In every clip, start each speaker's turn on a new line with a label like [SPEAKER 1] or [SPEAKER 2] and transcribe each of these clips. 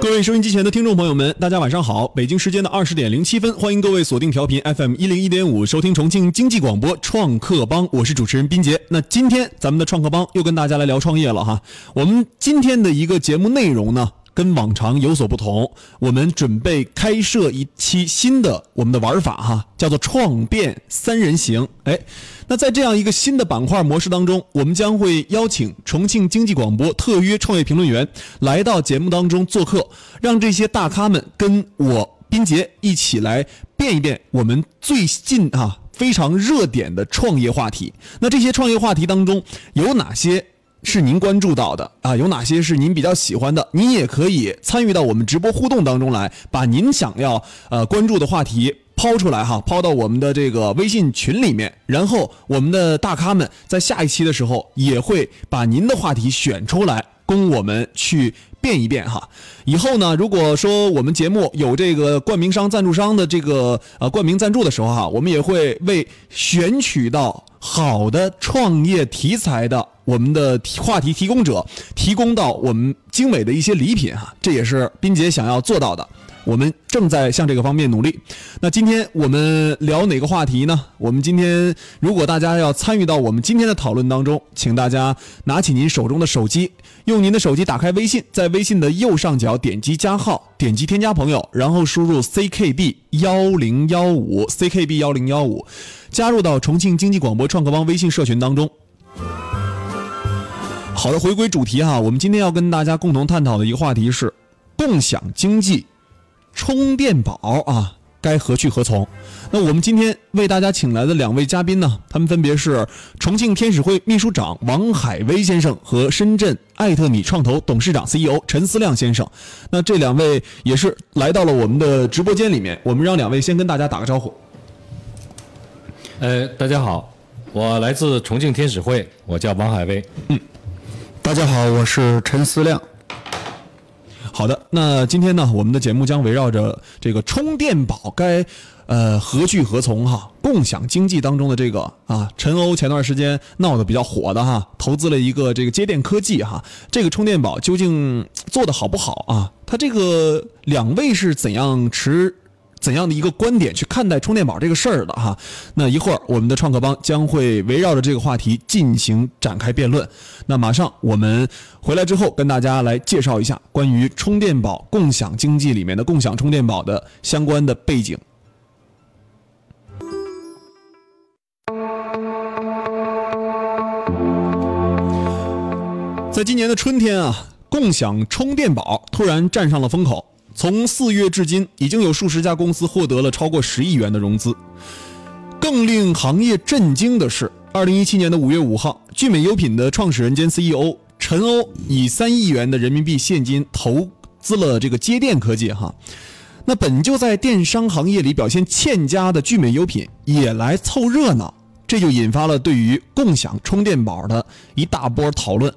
[SPEAKER 1] 各位收音机前的听众朋友们，大家晚上好！北京时间的二十点零七分，欢迎各位锁定调频 FM 一零一点五，收听重庆经济广播创客帮，我是主持人斌杰。那今天咱们的创客帮又跟大家来聊创业了哈。我们今天的一个节目内容呢，跟往常有所不同，我们准备开设一期新的我们的玩法哈，叫做创变三人行。哎，那在这样一个新的板块模式当中，我们将会邀请重庆经济广播特约创业评论员来到节目当中做客，让这些大咖们跟我斌杰一起来变一变我们最近啊非常热点的创业话题。那这些创业话题当中有哪些？是您关注到的啊，有哪些是您比较喜欢的？您也可以参与到我们直播互动当中来，把您想要呃关注的话题抛出来哈，抛到我们的这个微信群里面，然后我们的大咖们在下一期的时候也会把您的话题选出来，供我们去变一变哈。以后呢，如果说我们节目有这个冠名商、赞助商的这个呃冠名赞助的时候哈，我们也会为选取到好的创业题材的我们的题话题提供者，提供到我们精美的一些礼品哈，这也是斌姐想要做到的。我们正在向这个方面努力。那今天我们聊哪个话题呢？我们今天如果大家要参与到我们今天的讨论当中，请大家拿起您手中的手机，用您的手机打开微信，在微信的右上角点击加号，点击添加朋友，然后输入 ckb 幺零幺五 ckb 幺零幺五，加入到重庆经济广播创客帮微信社群当中。好的，回归主题哈，我们今天要跟大家共同探讨的一个话题是共享经济充电宝啊，该何去何从？那我们今天为大家请来的两位嘉宾呢，他们分别是重庆天使会秘书长王海威先生和深圳艾特米创投董事长 CEO 陈思亮先生。那这两位也是来到了我们的直播间里面，我们让两位先跟大家打个招呼。
[SPEAKER 2] 呃，大家好，我来自重庆天使会，我叫王海威。
[SPEAKER 3] 大家好，我是陈思亮。
[SPEAKER 1] 好的，那今天呢，我们的节目将围绕着这个充电宝该呃何去何从哈，共享经济当中的这个啊，陈欧前段时间闹得比较火的哈，投资了一个这个接电科技哈，这个充电宝究竟做得好不好啊？它这个两位是怎样持？怎样的一个观点去看待充电宝这个事儿的哈。那一会儿我们的创客帮将会围绕着这个话题进行展开辩论。那马上我们回来之后跟大家来介绍一下关于充电宝共享经济里面的共享充电宝的相关的背景。在今年的春天啊，共享充电宝突然站上了风口。从四月至今，已经有数十家公司获得了超过十亿元的融资。更令行业震惊的是，二零一七年的五月五号，聚美优品的创始人兼 CEO E 陈欧以三亿元的人民币现金投资了这个接电科技哈。那本就在电商行业里表现欠佳的聚美优品也来凑热闹，这就引发了对于共享充电宝的一大波讨论。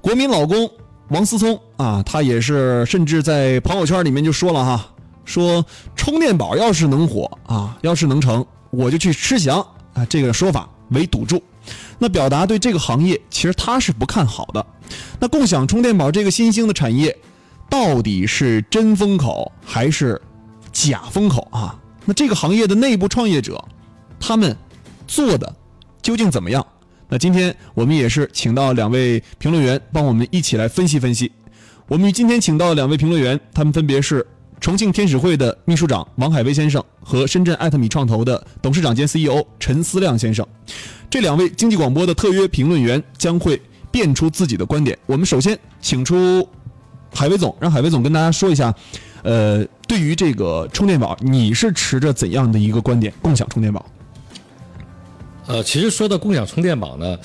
[SPEAKER 1] 国民老公王思聪啊，他也是，甚至在朋友圈里面就说了哈，说充电宝要是能火啊，要是能成，我就去吃翔啊，这个说法为赌注。那表达对这个行业其实他是不看好的。那共享充电宝这个新兴的产业，到底是真风口还是假风口啊？那这个行业的内部创业者，他们做的究竟怎么样？那今天我们也是请到两位评论员帮我们一起来分析分析。我们今天请到两位评论员，他们分别是重庆天使会的秘书长王海威先生和深圳艾特米创投的董事长兼 CEO 陈思亮先生。这两位经济广播的特约评论员将会辩出自己的观点。我们首先请出海威总，让海威总跟大家说一下，呃，对于这个充电宝，你是持着怎样的一个观点？共享充电宝？
[SPEAKER 2] 呃，其实说到共享充电宝呢，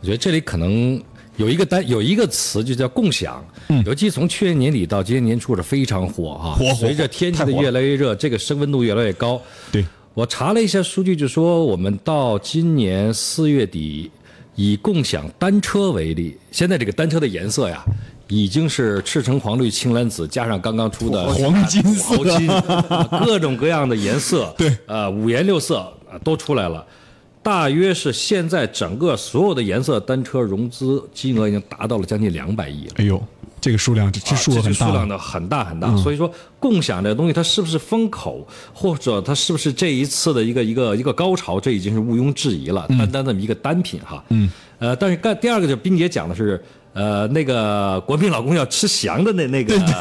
[SPEAKER 2] 我觉得这里可能有一个单有一个词就叫共享，尤其从去年年底到今年年初是非常火哈、
[SPEAKER 1] 嗯火火
[SPEAKER 2] 随着天气
[SPEAKER 1] 太
[SPEAKER 2] 的
[SPEAKER 1] 火了
[SPEAKER 2] 越来越热，这个升温度越来越高。
[SPEAKER 1] 对，
[SPEAKER 2] 我查了一下数据，就说我们到今年四月底，以共享单车为例，现在这个单车的颜色呀，已经是赤橙黄绿青蓝紫，加上刚刚出的
[SPEAKER 1] 黄金色
[SPEAKER 2] 黄金，啊各种各样的 颜色，
[SPEAKER 1] 对
[SPEAKER 2] 呃，五颜六色啊都出来了。大约是现在整个所有的颜色单车融资金额已经达到了将近两百亿了。
[SPEAKER 1] 哎呦，这个数量，这这
[SPEAKER 2] 啊
[SPEAKER 1] 数额
[SPEAKER 2] 这
[SPEAKER 1] 很
[SPEAKER 2] 就
[SPEAKER 1] 大。嗯
[SPEAKER 2] 数量的很大很大。所以说，共享这个东西它是不是风口，或者它是不是这一次的一个一个一个高潮，这已经是毋庸置疑
[SPEAKER 1] 嗯
[SPEAKER 2] 了。单单这么一个单品哈，嗯，呃，但是干第二个就是冰姐讲的是。呃，那个国民老公要吃翔的那那个啊，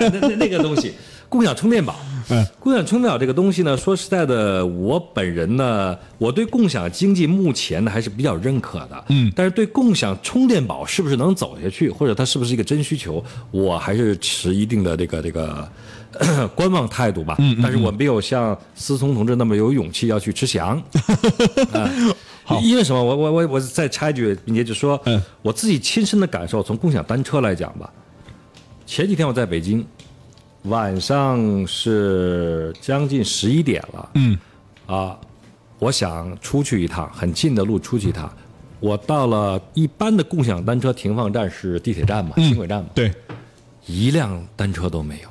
[SPEAKER 2] 那那那个东西，共享充电宝。
[SPEAKER 1] 嗯
[SPEAKER 2] 共享充电宝这个东西呢，说实在的，我本人呢，我对共享经济目前呢还是比较认可的。嗯，但是对共享充电宝是不是能走下去，或者它是不是一个真需求，我还是持一定的这个这个 咳观望态度吧。嗯但是我没有像思聪同志那么有勇气要去吃翔。啊，因为什么？我我我我再插一句，你也就说，
[SPEAKER 1] 嗯
[SPEAKER 2] 我自己亲身的感受，从共享单车来讲吧，前几天我在北京，晚上是将近十一点了。嗯，啊，我想出去一趟，很近的路出去一趟。我到了一般的共享单车停放站是地铁站嘛，轻轨站嘛，
[SPEAKER 1] 对，
[SPEAKER 2] 一辆单车都没有，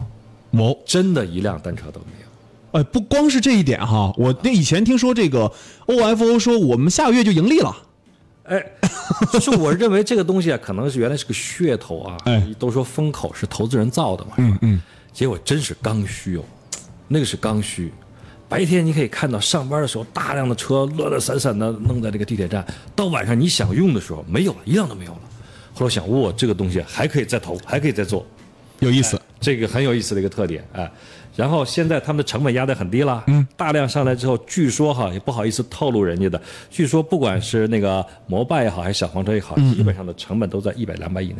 [SPEAKER 1] 某
[SPEAKER 2] 真的一辆单车都没有。
[SPEAKER 1] 呃，不光是这一点哈，我那以前听说这个 OFO 说我们下个月就盈利了，
[SPEAKER 2] 哎，就是我认为这个东西啊，可能是原来是个噱头啊，
[SPEAKER 1] 哎
[SPEAKER 2] 都说风口是投资人造的嘛，嗯嗯，结果真是刚需哦，那个是刚需。白天你可以看到上班的时候，大量的车乱乱散散的弄在这个地铁站，到晚上你想用的时候没有了，一辆都没有了。后来我想，哇、这个东西还可以再投，还可以再做，
[SPEAKER 1] 有意思。
[SPEAKER 2] 这个很有意思的一个特点啊。然后现在他们的成本压得很低了，嗯，大量上来之后，据说哈也不好意思透露人家的，据说不管是那个摩拜也好，还是小黄车也好，基本上的成本都在一百两百以内，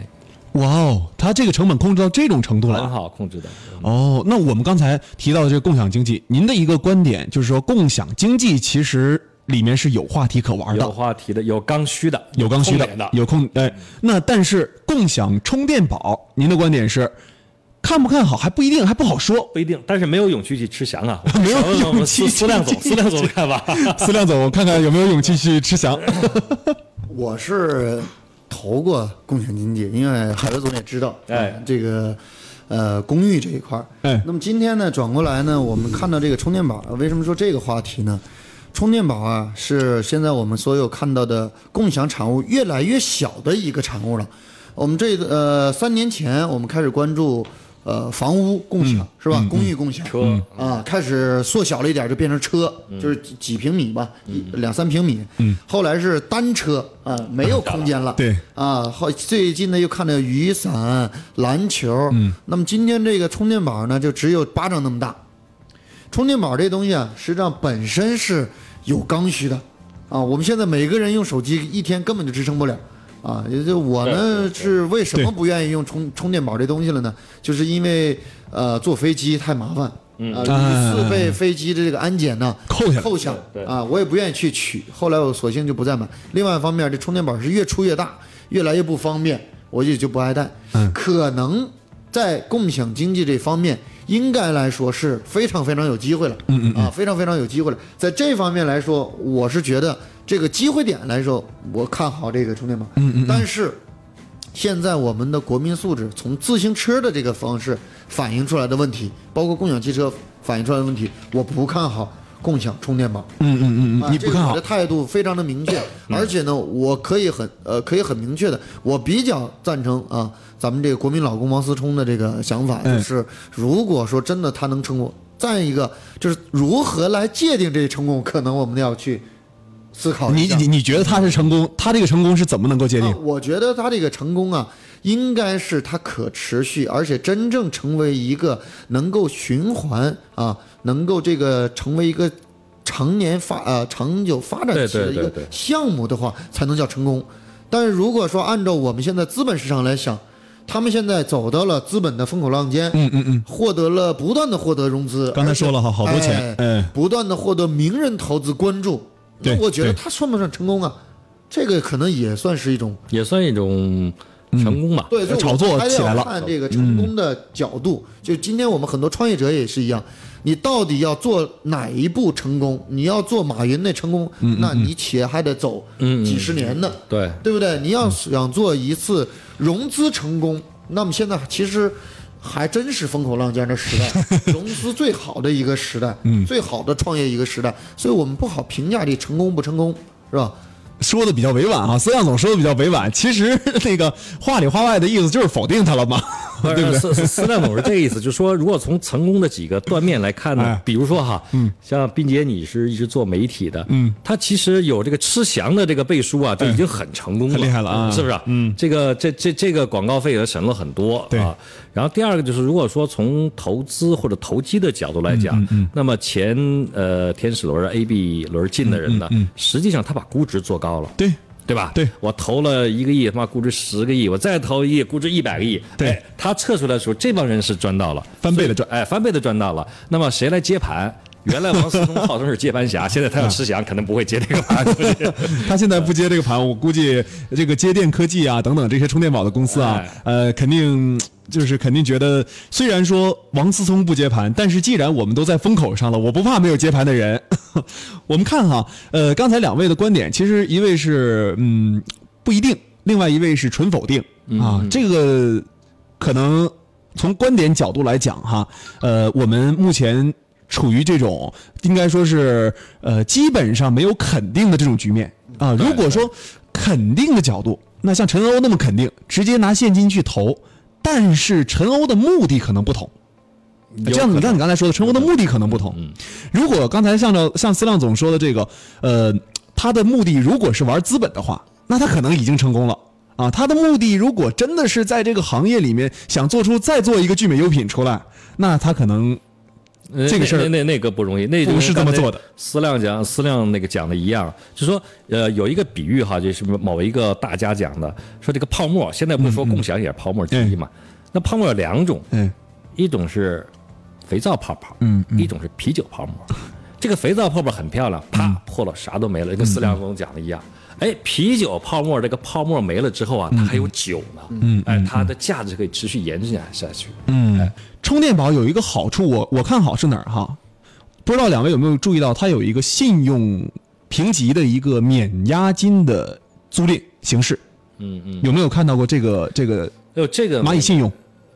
[SPEAKER 1] 哇哦，它这个成本控制到这种程度了
[SPEAKER 2] 很。好控制的。
[SPEAKER 1] 哦，那我们刚才提到的这个共享经济，您的一个观点就是说，共享经济其实里面是有话题可玩的，
[SPEAKER 2] 有话题的，有刚需的，
[SPEAKER 1] 有刚需
[SPEAKER 2] 痛
[SPEAKER 1] 的
[SPEAKER 2] 点，
[SPEAKER 1] 有空哎。那但是共享充电宝，您的观点是看不看好还不一定，还不好说。
[SPEAKER 2] 不一定，但是没有勇气去吃翔 啊。
[SPEAKER 1] 没有
[SPEAKER 2] 我想问问
[SPEAKER 1] 勇气
[SPEAKER 2] 思思亮总，思亮总的看法。
[SPEAKER 1] 思亮总，我看看有没有勇气去吃翔。
[SPEAKER 3] 我是投过共享经济，因为海德总也知道，
[SPEAKER 2] 哎
[SPEAKER 3] 嗯这个呃公寓这一块儿，
[SPEAKER 1] 哎
[SPEAKER 3] 那么今天呢转过来呢，我们看到这个充电宝，为什么说这个话题呢？充电宝啊，是现在我们所有看到的共享产物越来越小的一个产物了。我们这呃三年前我们开始关注呃房屋共享、是吧？公寓共享
[SPEAKER 2] 车嗯
[SPEAKER 3] 啊，开始缩小了一点，就变成车，就是几几平米吧，一两三平米。嗯，后来是单车啊，没有空间了。
[SPEAKER 1] 对
[SPEAKER 3] 啊，后最近呢又看到雨伞、篮球。嗯，那么今天这个充电宝呢，就只有巴掌那么大。充电宝这东西啊，实际上本身是有刚需的啊。我们现在每个人用手机一天根本就支撑不了啊。也就我呢是为什么不愿意用充充电宝这东西了呢？就是因为呃坐飞机太麻烦。啊，屡次被飞机的这个安检呢
[SPEAKER 1] 嗯哎扣下来
[SPEAKER 3] 扣下
[SPEAKER 2] 对对
[SPEAKER 3] 啊，我也不愿意去取。后来我索性就不再买。另外一方面，这充电宝是越出越大，越来越不方便，我也就不爱带。可能在共享经济这方面，应该来说是非常非常有机会了。嗯嗯啊，非常非常有机会了。在这方面来说，我是觉得这个机会点来说，我看好这个充电宝。嗯嗯，但是。现在我们的国民素质从自行车的这个方式反映出来的问题，包括共享汽车反映出来的问题，我不看好共享充电宝。
[SPEAKER 1] 嗯嗯嗯
[SPEAKER 3] 啊
[SPEAKER 1] 嗯，你不
[SPEAKER 3] 这个
[SPEAKER 1] 看好
[SPEAKER 3] 我的？态度非常的明确，而且呢，我可以很呃，可以很明确的，我比较赞成啊，咱们这个国民老公王思聪的这个想法，
[SPEAKER 1] 嗯
[SPEAKER 3] 就是如果说真的他能成功，再一个就是如何来界定这成功，可能我们要去思考一
[SPEAKER 1] 你
[SPEAKER 3] 下。
[SPEAKER 1] 你你觉得他是成功？他这个成功是怎么能够界
[SPEAKER 3] 啊
[SPEAKER 1] 定？
[SPEAKER 3] 我觉得他这个成功啊，应该是他可持续，而且真正成为一个能够循环啊，能够这个成为一个常年发呃长久发展
[SPEAKER 2] 对
[SPEAKER 3] 起的
[SPEAKER 2] 对
[SPEAKER 3] 一
[SPEAKER 2] 对
[SPEAKER 3] 个
[SPEAKER 2] 对
[SPEAKER 3] 项目的话，才能叫成功。但是如果说按照我们现在资本市场来想，他们现在走到了资本的风口浪尖，嗯嗯嗯，获得了不断的获得融资，
[SPEAKER 1] 刚才说了哈好多钱
[SPEAKER 3] 哎
[SPEAKER 1] 哎
[SPEAKER 3] 不断的获得名人投资关注，
[SPEAKER 1] 对
[SPEAKER 3] 那我觉得
[SPEAKER 1] 对
[SPEAKER 3] 他算不算成功啊？这个可能也算是一种
[SPEAKER 2] 也算一种成功吧。
[SPEAKER 3] 对，所以我
[SPEAKER 1] 炒作
[SPEAKER 3] 还得
[SPEAKER 1] 起来
[SPEAKER 3] 要
[SPEAKER 1] 了
[SPEAKER 3] 看这个成功的角度，就今天我们很多创业者也是一样，你到底要做哪一步成功？你要做马云那成功，
[SPEAKER 1] 嗯
[SPEAKER 3] 那你企业还得走几十年呢，
[SPEAKER 2] 对
[SPEAKER 3] 对不对？你要想做一次融资成功，那么现在其实。还真是风口浪尖的时代，融资最好的一个时代，最好的创业一个时代，所以我们不好评价这成功不成功，是吧？
[SPEAKER 1] 说的比较委婉啊，孙亮总说的比较委婉，其实 那个话里话外的意思就是否定他了嘛，
[SPEAKER 2] 不
[SPEAKER 1] 对不
[SPEAKER 2] 呃是
[SPEAKER 1] 对？
[SPEAKER 2] 斯斯斯坦总是这个意思，就是说，如果从成功的几个断面来看呢
[SPEAKER 1] 哎，
[SPEAKER 2] 比如说哈，嗯，像斌杰，你是一直做媒体的，嗯，他其实有这个吃翔的这个背书啊，就已经很成功了，
[SPEAKER 1] 哎很厉害了啊
[SPEAKER 2] 是不是？嗯，这个这这这个广告费也省了很多，
[SPEAKER 1] 对
[SPEAKER 2] 啊。然后第二个就是，如果说从投资或者投机的角度来
[SPEAKER 1] 嗯
[SPEAKER 2] 讲，那么前呃天使轮、A、B 轮进的人呢，
[SPEAKER 1] 嗯
[SPEAKER 2] 实际上他把估值做高了，
[SPEAKER 1] 对，
[SPEAKER 2] 对吧？
[SPEAKER 1] 对
[SPEAKER 2] 我投了一个亿，他妈估值十个亿，我再投一个亿，估值一百个亿。
[SPEAKER 1] 对
[SPEAKER 2] 哎他测出来的时候，这帮人是赚到了，
[SPEAKER 1] 翻倍的赚
[SPEAKER 2] 哎，翻倍的赚到了。那么谁来接盘？原来王思聪号称是接 盘侠，现在他要吃
[SPEAKER 1] 啊
[SPEAKER 2] 翔，可能不会接这个盘。估计
[SPEAKER 1] 他现在不接这个盘，我估计这个接电科技啊等等这些充电宝的公司啊
[SPEAKER 2] 哎，
[SPEAKER 1] 呃，肯定就是肯定觉得，虽然说王思聪不接盘，但是既然我们都在风口上了，我不怕没有接盘的人。 我们看哈，呃，刚才两位的观点，其实一位是嗯不一定，另外一位是纯否定啊，这个可能从观点角度来讲哈，呃，我们目前处于这种应该说是呃基本上没有肯定的这种局面啊。如果说肯定的角度，那像陈欧那么肯定，直接拿现金去投，但是陈欧的目的可能不同。这样子，你看你刚才说的，陈欧的目的可能不同。如果刚才像照像思亮总说的这个，呃，他的目的如果是玩资本的话，那他可能已经成功了啊。他的目的如果真的是在这个行业里面想做出再做一个聚美优品出来，那他可能
[SPEAKER 2] 呃
[SPEAKER 1] 这个
[SPEAKER 2] 那
[SPEAKER 1] 事儿
[SPEAKER 2] 那那那个不容易，那
[SPEAKER 1] 不是这么做的。
[SPEAKER 2] 思亮讲，思亮那个讲的一样，就说呃有一个比喻哈，就是某一个大家讲的，说这个泡沫，现在不是说共享也是泡沫之一嘛？那泡沫有两种，
[SPEAKER 1] 嗯
[SPEAKER 2] 一种是肥皂泡泡，
[SPEAKER 1] 嗯
[SPEAKER 2] 一种是啤酒泡沫。这个肥皂泡泡很漂亮，
[SPEAKER 1] 嗯
[SPEAKER 2] 啪破了，啥都没了，跟四两总讲的一样。哎，啤酒泡沫这个泡沫没了之后啊，它还有酒呢，嗯，哎，它的价值可以持续延伸下去。
[SPEAKER 1] 嗯，充电宝有一个好处，我我看好是哪儿哈？不知道两位有没有注意到，它有一个信用评级的一个免押金的租赁形式，
[SPEAKER 2] 嗯嗯，
[SPEAKER 1] 有没有看到过这个这个
[SPEAKER 2] 哎呦，这个
[SPEAKER 1] 蚂蚁信用？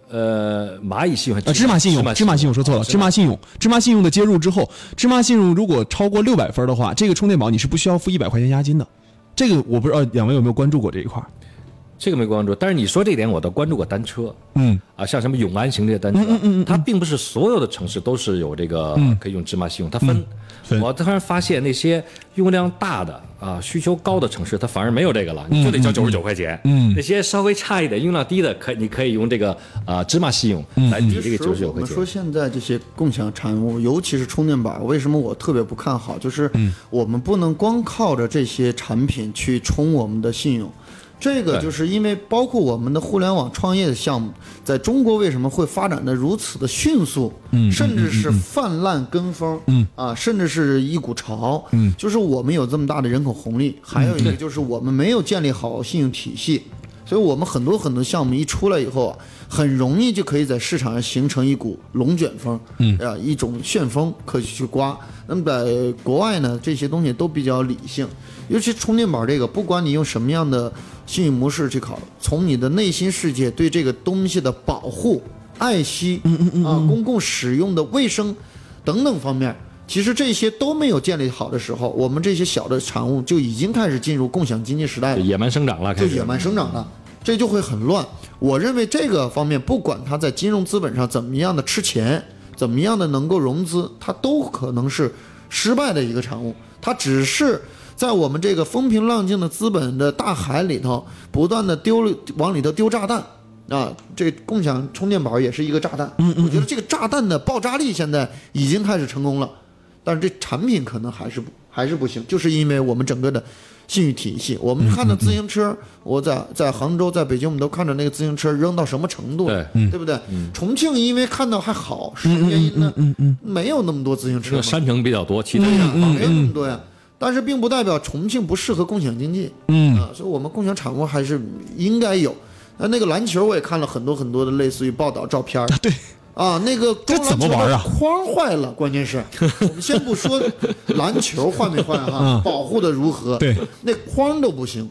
[SPEAKER 2] 呃，蚂蚁信用还
[SPEAKER 1] 呃，
[SPEAKER 2] 是
[SPEAKER 1] 芝麻信用，芝麻信用说错了，芝麻信用，芝麻信用的接入之后，芝麻信用如果超过六百分的话，这个充电宝你是不需要付一百块钱押金的。这个我不知道两位有没有关注过这一块儿？
[SPEAKER 2] 这个没关注，但是你说这点我倒关注过单车。
[SPEAKER 1] 嗯，
[SPEAKER 2] 啊，像什么永安行这些单车，啊它并不是所有的城市都是有这个
[SPEAKER 1] 嗯
[SPEAKER 2] 可以用芝麻信用，它分。
[SPEAKER 1] 分
[SPEAKER 2] 我突然发现那些用量大的啊、需求高的城市，它反而没有这个了，你就得交九十九块钱。
[SPEAKER 1] 嗯
[SPEAKER 2] 那些稍微差一点、用量低的，可你可以用这个啊、芝麻信用
[SPEAKER 1] 嗯
[SPEAKER 2] 来抵嗯这个九十九
[SPEAKER 3] 我
[SPEAKER 2] 块
[SPEAKER 3] 们
[SPEAKER 2] 钱
[SPEAKER 3] 说。现在这些共享产物，尤其是充电宝，为什么我特别不看好？就是
[SPEAKER 2] 嗯
[SPEAKER 3] 我们不能光靠着这些产品去充我们的信用。这个
[SPEAKER 2] 对
[SPEAKER 3] 就是因为包括我们的互联网创业的项目，在中国为什么会发展的如此的迅速，
[SPEAKER 2] 嗯
[SPEAKER 3] 甚至是泛滥跟风，啊，甚至是一股潮，
[SPEAKER 2] 嗯
[SPEAKER 3] 就是我们有这么大的人口红利，还有一个就是我们没有建立好信用体系，所以我们很多很多项目一出来以后啊，很容易就可以在市场上形成一股龙卷风，嗯啊，一种旋风可以去刮。那么在国外呢，这些东西都比较理性，尤其充电宝这个，不管你用什么样的信用模式去考，从你的内心世界对这个东西的保护、爱惜，嗯嗯嗯啊，公共使用的卫生等等方面。其实这些都没有建立好的时候，我们这些小的产物就已经开始进入共享经济时代了
[SPEAKER 2] 就。野蛮生长了，开
[SPEAKER 3] 就
[SPEAKER 2] 始
[SPEAKER 3] 野蛮生长了，这就会很乱。我认为这个方面，不管它在金融资本上怎么样的吃钱，怎么样的能够融资，它都可能是失败的一个产物。它只是在我们这个风平浪静的资本的大海里头，不断的丢往里头丢炸弹。啊，这个共享充电宝也是一个炸弹。嗯嗯，我觉得这个炸弹的爆炸力现在已经开始成功了。但是这产品可能还是不还是不行，就是因为我们整个的信誉体系，我们看到自行
[SPEAKER 2] 嗯
[SPEAKER 3] 车，我在在杭州、在北京，我们都看着那个自行车扔到什么程度，
[SPEAKER 2] 对嗯
[SPEAKER 3] 对不对？重庆因为看到还好，是什么原因呢？没有那么多自行车
[SPEAKER 2] 这
[SPEAKER 3] 嘛
[SPEAKER 2] 嗯个，山嗯城比较多，其他
[SPEAKER 1] 嗯
[SPEAKER 3] 对呀、没有那么多呀。但是并不代表重庆不适合共享经济，嗯啊，所以我们共享产物还是应该有。那那个篮球我也看了很多很多的类似于报道照片儿，
[SPEAKER 1] 对，
[SPEAKER 3] 啊，那个
[SPEAKER 1] 这怎么玩啊
[SPEAKER 3] 装篮球的框坏了，关键是，我们先不说篮球坏没坏哈，保护的如何，
[SPEAKER 1] 嗯对，
[SPEAKER 3] 那框都不行。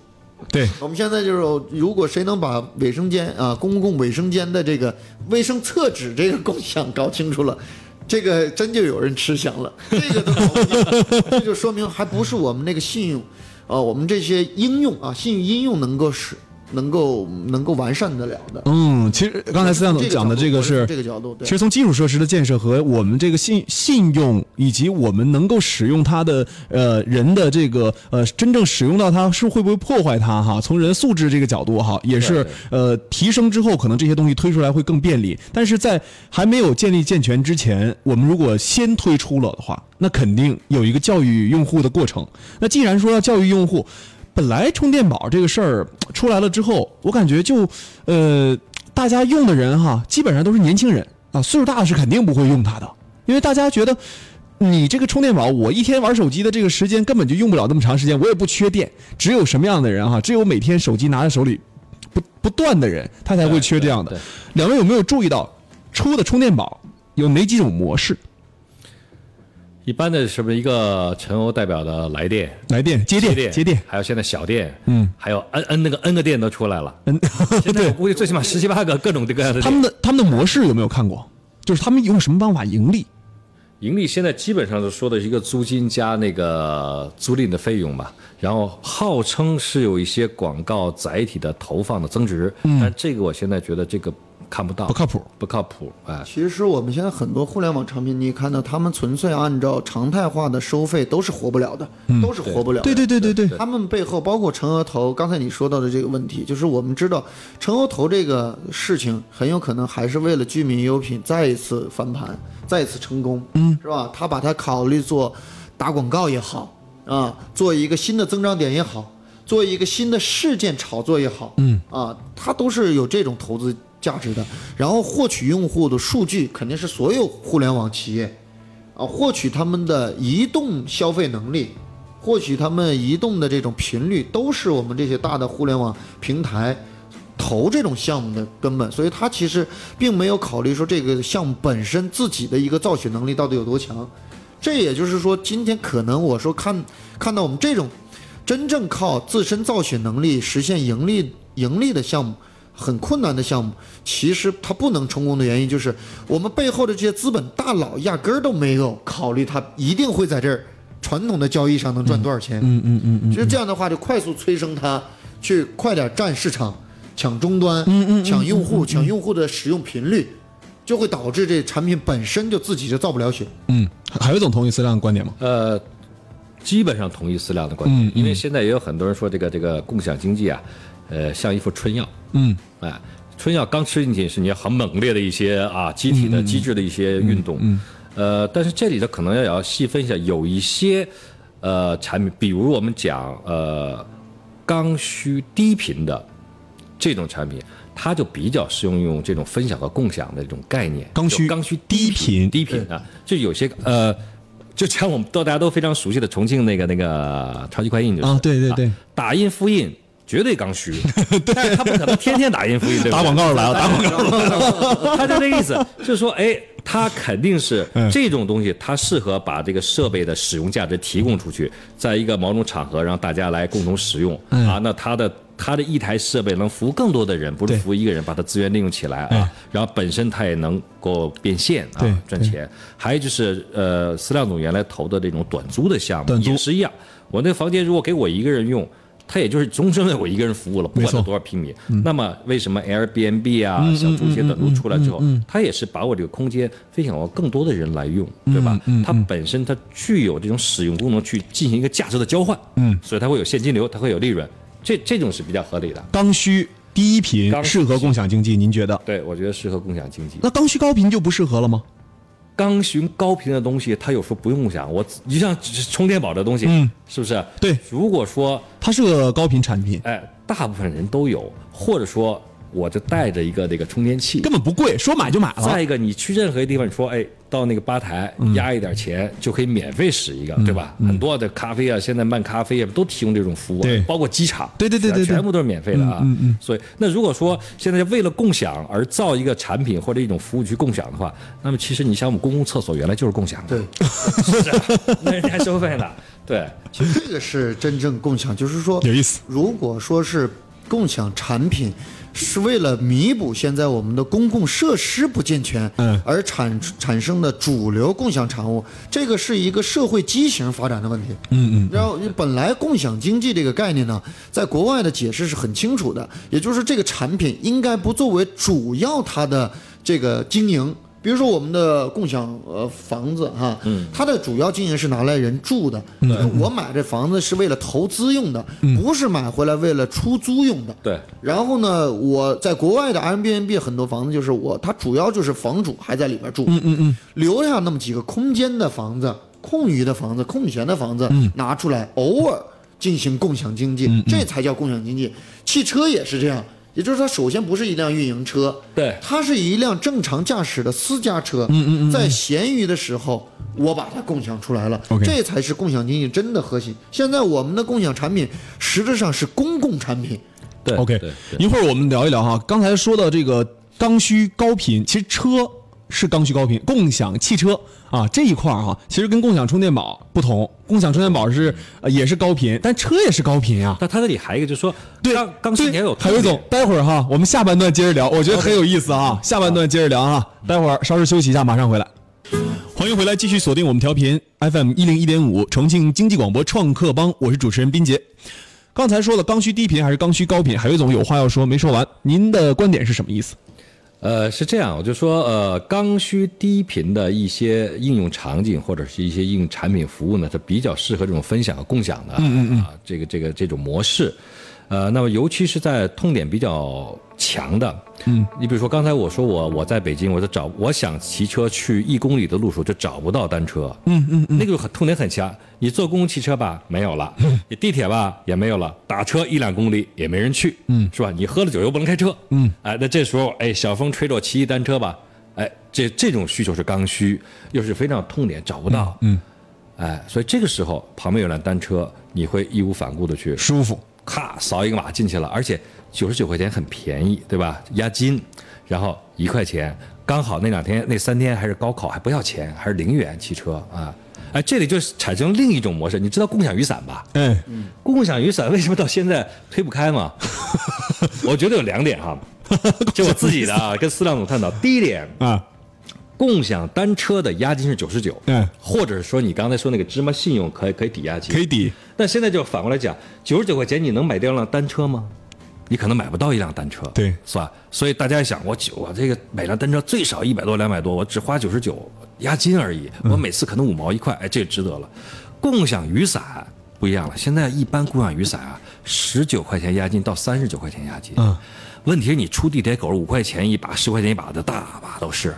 [SPEAKER 1] 对，
[SPEAKER 3] 我们现在就是，如果谁能把卫生间啊，公共卫生间的这个卫生厕纸这个共享搞清楚了。这个 真就有人吃香了，这个都搞不定，这就说明还不是我们那个信用，呃，我们这些应用啊，信誉应用能够使能够能够完善得了的。
[SPEAKER 1] 嗯，其实刚才思想总讲的这个是，
[SPEAKER 3] 这个角度，对
[SPEAKER 1] 其实从基础设施的建设和我们这个信信用，以及我们能够使用它的呃人的这个呃真正使用到它是会不会破坏它哈？从人素质这个角度哈，也是
[SPEAKER 2] 对
[SPEAKER 1] 呃提升之后，可能这些东西推出来会更便利。但是在还没有建立健全之前，我们如果先推出了的话，那肯定有一个教育用户的过程。那既然说要教育用户，本来充电宝这个事儿呃出来了之后，我感觉就呃，大家用的人哈，基本上都是年轻人啊，岁数大的是肯定不会用它的，因为大家觉得。你这个充电宝，我一天玩手机的这个时间根本就用不了那么长时间，我也不缺电。只有什么样的人哈、只有每天手机拿在手里不不断的人，他才会缺这样的
[SPEAKER 2] 对对。
[SPEAKER 1] 两位有没有注意到出的充电宝有哪几种模式？
[SPEAKER 2] 一般的什么一个陈欧代表的来电、
[SPEAKER 1] 来电、接电、接电，
[SPEAKER 2] 还有现在小电，嗯，还有 n n 那个 n 个电都出来了。
[SPEAKER 1] 嗯，
[SPEAKER 2] 现在我估计最起码十七八个各种各样的
[SPEAKER 1] 他
[SPEAKER 2] 店
[SPEAKER 1] 们的他们的模式有没有看过？就是他们用什么方法盈利？
[SPEAKER 2] 盈利现在基本上是说的一个租金加那个租赁的费用吧，然后号称是有一些广告载体的投放的增值，但这个我现在觉得这个看不到，
[SPEAKER 1] 不靠谱，
[SPEAKER 2] 不靠谱，哎，
[SPEAKER 3] 其实我们现在很多互联网产品，你看到他们纯粹按照常态化的收费都是活不了的，都是活不了
[SPEAKER 1] 嗯
[SPEAKER 3] 的。
[SPEAKER 1] 对对对对对，
[SPEAKER 3] 他们背后包括陈额头，刚才你说到的这个问题，就是我们知道陈额头这个事情很有可能还是为了居民优品再一次翻盘，再一次成功，嗯，是吧？他把它考虑做打广告也好啊，做一个新的增长点也好，做一个新的事件炒作也好，嗯啊，它都是有这种投资价值的。然后获取用户的数据，肯定是所有互联网企业啊，获取他们的移动消费能力，获取他们移动的这种频率，都是我们这些大的互联网平台投这种项目的根本。所以，它其实并没有考虑说这个项目本身自己的一个造血能力到底有多强。这也就是说，今天可能我说看看到我们这种真正靠自身造血能力实现盈利盈利的项目，很困难的项目，其实它不能成功的原因就是我们背后的这些资本大佬压根儿都没有考虑它一定会在这儿传统的交易上能赚多少钱。嗯嗯嗯嗯。其实这样的话，就快速催生它去快点占市场，抢终端，抢用户，抢用户的使用频率，就会导致这产品本身就自己就造不了血。
[SPEAKER 1] 嗯，海威总同意思亮的观点吗？
[SPEAKER 2] 呃，基本上同意思亮的观
[SPEAKER 1] 嗯
[SPEAKER 2] 点，因为现在也有很多人说这个这个共享经济啊，呃，像一副春药，
[SPEAKER 1] 嗯，
[SPEAKER 2] 哎、春药刚吃进去是你要很猛烈的一些啊机体的机制的一些运动，嗯呃，但是这里头可能要也要细分一下，有一些呃产品，比如我们讲呃刚需低频的这种产品。它就比较适用用这种分享和共享的这种概念，
[SPEAKER 1] 刚需
[SPEAKER 2] 就刚需
[SPEAKER 1] 低频
[SPEAKER 2] 低频啊，就有些呃，就像我们都大家都非常熟悉的重庆那个那个超级快印就是
[SPEAKER 1] 啊对对对
[SPEAKER 2] 打印复印绝对 刚需，但是他不可能天天打印复印，对不对？
[SPEAKER 1] 打广告来了，打广告。
[SPEAKER 2] 他就这个意思，就是说，哎，他肯 定是
[SPEAKER 1] 嗯
[SPEAKER 2] 这种东西，它适合把这个设备的使用价值提供出去，在一个某种场合让大家来共同使用、
[SPEAKER 1] 哎
[SPEAKER 2] 啊。那它的它的一台设备能服务更多的人，不是
[SPEAKER 1] 对
[SPEAKER 2] 服务一个人，把它资源利用起来啊。
[SPEAKER 1] 哎
[SPEAKER 2] 然后本身它也能够变现啊
[SPEAKER 1] 对，
[SPEAKER 2] 赚钱。还有就是呃，思亮总原来投的这种短租的项目
[SPEAKER 1] 短租
[SPEAKER 2] 也是一样，我那房间如果给我一个人用。它也就是终身为我一个人服务了，不
[SPEAKER 1] 没
[SPEAKER 2] 管
[SPEAKER 1] 错嗯
[SPEAKER 2] 它多少平米。那么为什么 Airbnb 啊、小猪些短租出来之
[SPEAKER 1] 嗯
[SPEAKER 2] 后，它也是把我这个空间分享到更多的人来用，
[SPEAKER 1] 嗯
[SPEAKER 2] 对吧？它本身它具有这种使用功能去进行一个价值的交换，嗯，所以它会有现金流，它会有利润，这这种是比较合理的。
[SPEAKER 1] 刚需低频
[SPEAKER 2] 刚需
[SPEAKER 1] 适合共享经济，您觉得？
[SPEAKER 2] 对，我觉得适合共享经济。
[SPEAKER 1] 那刚需高频就不适合了吗？
[SPEAKER 2] 刚需高频的东西，它有时候不用共享。我你像充电宝这东西，是不是？
[SPEAKER 1] 嗯对
[SPEAKER 2] 如果说
[SPEAKER 1] 它是个高频产品，
[SPEAKER 2] 哎，大部分人都有，或者说我就带着一个这个充电器
[SPEAKER 1] 根，本不贵，说买就买了。
[SPEAKER 2] 再一个，你去任何一个地方，你说哎，到那个吧台
[SPEAKER 1] 嗯
[SPEAKER 2] 压一点钱就可以免费使一个，对吧？很多的咖啡啊，现在卖咖啡啊都提供这种服务，
[SPEAKER 1] 对
[SPEAKER 2] 包括机场，
[SPEAKER 1] 对对对对对
[SPEAKER 2] 全部都是免费的啊。嗯嗯。所以，那如果说现在为了共享而造一个产品或者一种服务去共享的话，那么其实你想，我们公共厕所原来就是共享的，
[SPEAKER 3] 对。
[SPEAKER 2] 是啊， 那人家还收费呢，对。
[SPEAKER 3] 其实这个是真正共享，就是说
[SPEAKER 1] 有意思。
[SPEAKER 3] 如果说是共享产品，是为了弥补现在我们的公共设施不健全，
[SPEAKER 1] 嗯
[SPEAKER 3] 而产产生的主流共享产物，这个是一个社会畸形发展的问题。嗯嗯。然后本来共享经济这个概念呢，在国外的解释是很清楚的，也就是这个产品应该不作为主要它的这个经营。比如说我们的共享呃房子哈，它的主要经营是拿来人住的。呃我买这房子是为了投资用的，不是买回来为了出租用的。
[SPEAKER 2] 对，
[SPEAKER 3] 然后呢，我在国外的 Airbnb 很多房子就是我，它主要就是房主还在里边住，嗯嗯嗯，留下那么几个空间的房子、空余的房子、空闲的房子、拿出来，偶尔进行共享经济，这才叫共享经济。汽车也是这样，也就是它首先不是一辆运营车，
[SPEAKER 2] 对
[SPEAKER 3] 它是一辆正常驾驶的私家车，嗯嗯在闲余的时候，我把它共享出来了
[SPEAKER 1] OK
[SPEAKER 3] 这才是共享经济真的核心。现在我们的共享产品实质上是公共产品。
[SPEAKER 2] 对
[SPEAKER 1] OK，
[SPEAKER 2] 对对
[SPEAKER 1] 一会儿我们聊一聊哈。刚才说到这个刚需高频，其实车是刚需高频，共享汽车啊这一块儿哈，其实跟共享充电宝不同，共享充电宝是、呃也是高频，但车也是高频啊。
[SPEAKER 2] 那他这里还有一个，就是说，
[SPEAKER 1] 对，
[SPEAKER 2] 刚刚
[SPEAKER 1] 对
[SPEAKER 2] 去年有
[SPEAKER 1] 海威总，待会儿哈，我们下半段接着聊，我觉得很有意思啊。下半段接着聊啊，待会儿稍事休息一下，马上回来。欢迎回来，继续锁定我们调频 FM 一零一点五，重庆经济广播创客帮，我是主持人斌杰。刚才说了刚需低频还是刚需高频，海威总有话要说没说完，您的观点是什么意思？
[SPEAKER 2] 呃，是这样，我就说，呃，刚需低频的一些应用场景或者是一些应用产品服务呢，它比较适合这种分享和共享的，嗯嗯嗯，啊、这个这个这种模式，呃，那么尤其是在痛点比较强的，嗯，你比如说刚才我说我我在北京，我就找我想骑车去一公里的路数就找不到单车，嗯嗯，那个就很痛点很强，你坐公共汽车吧没有了，你地铁吧也没有了，打车一两公里也没人去，嗯，是吧？你喝了酒又不能开车，嗯，哎，那这时候哎，小风吹着我骑一单车吧，哎，这这种需求是刚需，又是非常痛点找不到，嗯，哎，所以这个时候旁边有辆单车，你会义无反顾的去
[SPEAKER 1] 舒服，
[SPEAKER 2] 咔扫一个码进去了，而且九十九块钱很便宜，对吧？押金，然后一块钱，刚好那两天那三天还是高考，还不要钱，还是零元骑车啊！哎，这里就产生另一种模式，你知道共享雨伞吧？
[SPEAKER 1] 哎，
[SPEAKER 2] 共享雨伞为什么到现在推不开吗？ 我觉得有两点哈，就我自己的啊，跟司亮总探讨。第一点，
[SPEAKER 1] 啊，
[SPEAKER 2] 共享单车的押金是九十九，
[SPEAKER 1] 嗯
[SPEAKER 2] 或者是说你刚才说那个芝麻信用可以可以抵押金，
[SPEAKER 1] 可以抵，
[SPEAKER 2] 但现在就反过来讲，九十九块钱你能买掉一辆单车吗？你可能买不到一辆单车，
[SPEAKER 1] 对
[SPEAKER 2] 是吧？所以大家想，我九我啊这个买辆单车最少一百多两百多，我只花九十九押金而已，
[SPEAKER 1] 嗯
[SPEAKER 2] 我每次可能五毛一块，哎，这个值得了。共享雨伞不一样了，现在一般共享雨伞啊，十九块钱押金到三十九块钱押金，
[SPEAKER 1] 嗯，
[SPEAKER 2] 问题是你出地铁口五块钱一把、十块钱一把的大把 都是，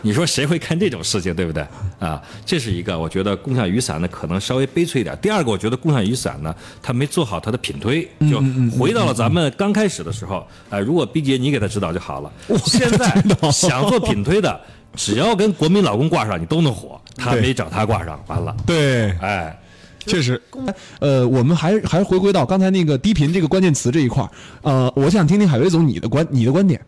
[SPEAKER 2] 你说谁会干这种事情，对不对？啊，这是一个我觉得共享雨伞呢可能稍微悲催一点。第二个，我觉得共享雨伞呢，它没做好它的品推，就回到了咱们刚开始的时候。哎，如果毕节你给他指导就好了。现在想做品推的，只要跟国民老公挂上，你都能火。他
[SPEAKER 1] 对
[SPEAKER 2] 没找他挂上，完了，
[SPEAKER 1] 嗯对，
[SPEAKER 2] 哎，
[SPEAKER 1] 确实，呃，我们还还是回归到刚才那个低频这个关键词这一块儿，呃，我想听听海威总你的观你的观点，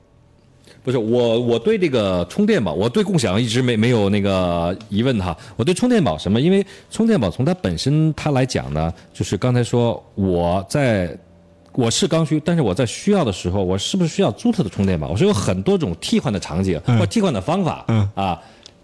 [SPEAKER 2] 不是我，我对这个充电宝，我对共享一直没没有那个疑问哈。我对充电宝什么？因为充电宝从它本身它来讲呢，就是刚才说我在我是刚需，但是我在需要的时候，我是不是需要租它的充电宝？我是有很多种替换的场景或替换的方法。
[SPEAKER 1] 嗯
[SPEAKER 2] 啊，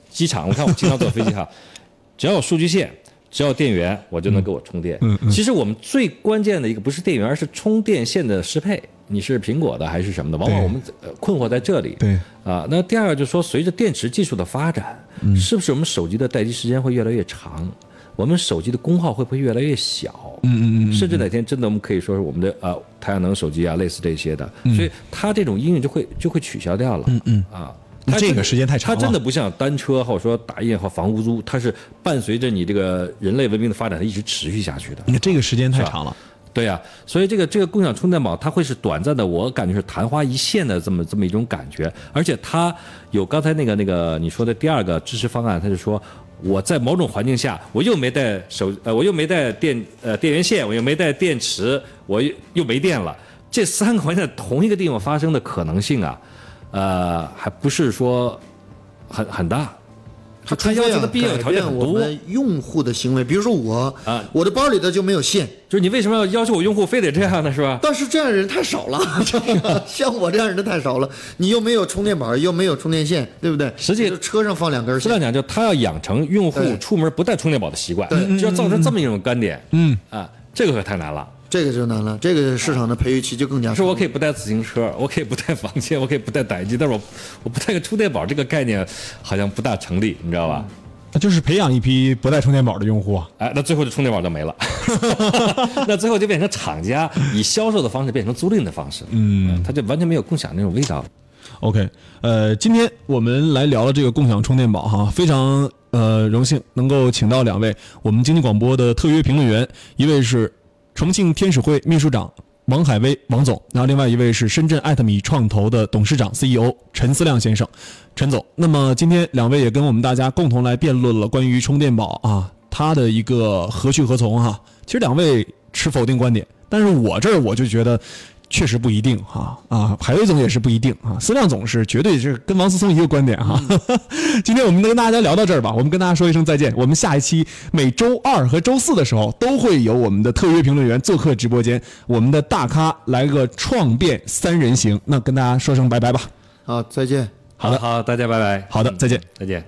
[SPEAKER 2] 机场，我看我经常坐飞机哈， 只要有数据线，只要有电源，我就能给我充电。嗯其实我们最关键的一个不是电源，而是充电线的适配。你是苹果的还是什么的？往往
[SPEAKER 1] 对
[SPEAKER 2] 我们呃困惑在这里。
[SPEAKER 1] 对
[SPEAKER 2] 啊，那第二个就是说，随着电池技术的发展，是不是我们手机的待机时间会越来越长？我们手机的功耗会不会越来越小？嗯嗯嗯，甚至哪天真的我们可以说是我们的啊、呃太阳能手机啊，类似这些的，所以它这种应用就会就会取消掉了。嗯嗯啊。
[SPEAKER 1] 那
[SPEAKER 2] 它
[SPEAKER 1] 这
[SPEAKER 2] 真
[SPEAKER 1] 个
[SPEAKER 2] 的
[SPEAKER 1] 时间太长
[SPEAKER 2] 它真
[SPEAKER 1] 了
[SPEAKER 2] 的不像单车或者说打印或房屋租，它是伴随着你这个人类文明的发展，它一直持续下去的。
[SPEAKER 1] 这个时间太
[SPEAKER 2] 是吧
[SPEAKER 1] 长了，
[SPEAKER 2] 对呀、所以这个这个共享充电宝，它会是短暂的，我感觉是昙花一现的这么这么一种感觉，而且它有刚才那个那个你说的第二个支持方案，它是说我在某种环境下，我又没带手呃，我又没带电呃电源线，我又没带电池，我又又没电了，这三个环境在同一个地方发生的可能性啊，呃，还不是说很很大，它
[SPEAKER 3] 除
[SPEAKER 2] 它
[SPEAKER 3] 非
[SPEAKER 2] 要求
[SPEAKER 3] 啊
[SPEAKER 2] 的必要
[SPEAKER 3] 改
[SPEAKER 2] 条件
[SPEAKER 3] 变
[SPEAKER 2] 很
[SPEAKER 3] 我
[SPEAKER 2] 多。
[SPEAKER 3] 们用户的行为，比如说我
[SPEAKER 2] 啊，
[SPEAKER 3] 我的包里头就没有线，
[SPEAKER 2] 就是你为什么要要求我用户非得这样呢？是吧？
[SPEAKER 3] 但是这样的人太 少了，这个像我这样的人太少了。你又没有充电板，又没有充电线，对不对？
[SPEAKER 2] 实际
[SPEAKER 3] 你就车上放两根
[SPEAKER 2] 这样讲，
[SPEAKER 3] 线，
[SPEAKER 2] 就他要养成用户
[SPEAKER 3] 对
[SPEAKER 2] 出门不带充电宝的习惯
[SPEAKER 3] 对，
[SPEAKER 2] 就要造成这么一种观点。嗯啊，这个可太难了。
[SPEAKER 3] 这个就难了，这个市场的培育期就更加
[SPEAKER 2] 是
[SPEAKER 3] 长
[SPEAKER 2] 我可以不带自行车，我可以不带房间，我可以不带打印机，但是我我不带个充电宝，这个概念好像不大成立，你知道吧？
[SPEAKER 1] 那就是培养一批不带充电宝的用户啊。
[SPEAKER 2] 哎，那最后这充电宝就没了，那最后就变成厂家以销售的方式变成租赁的方式，嗯，它就完全没有共享那种味道了。
[SPEAKER 1] OK，呃，今天我们来聊了这个共享充电宝哈，非常呃荣幸能够请到两位我们经济广播的特约评论员，一位是重庆天使会秘书长王海威王总，然后另外一位是深圳艾特米创投的董事长 CEO 陈思亮先生，陈总。那么今天两位也跟我们大家共同来辩论了关于充电宝啊它的一个何去何从哈、其实两位持否定观点，但是我这儿我就觉得确实不一定哈啊，海威总也是不一定啊，思亮总是绝对是跟王思聪一个观点哈、 今天我们跟大家聊到这儿吧，我们跟大家说一声再见。我们下一期每周二和周四的时候都会有我们的特约评论员做客直播间，我们的大咖来个创变三人行。那跟大家说声拜拜吧。
[SPEAKER 3] 好，再见。
[SPEAKER 2] 好的，好，大家拜拜，嗯
[SPEAKER 1] 好的，再见。
[SPEAKER 2] 再见。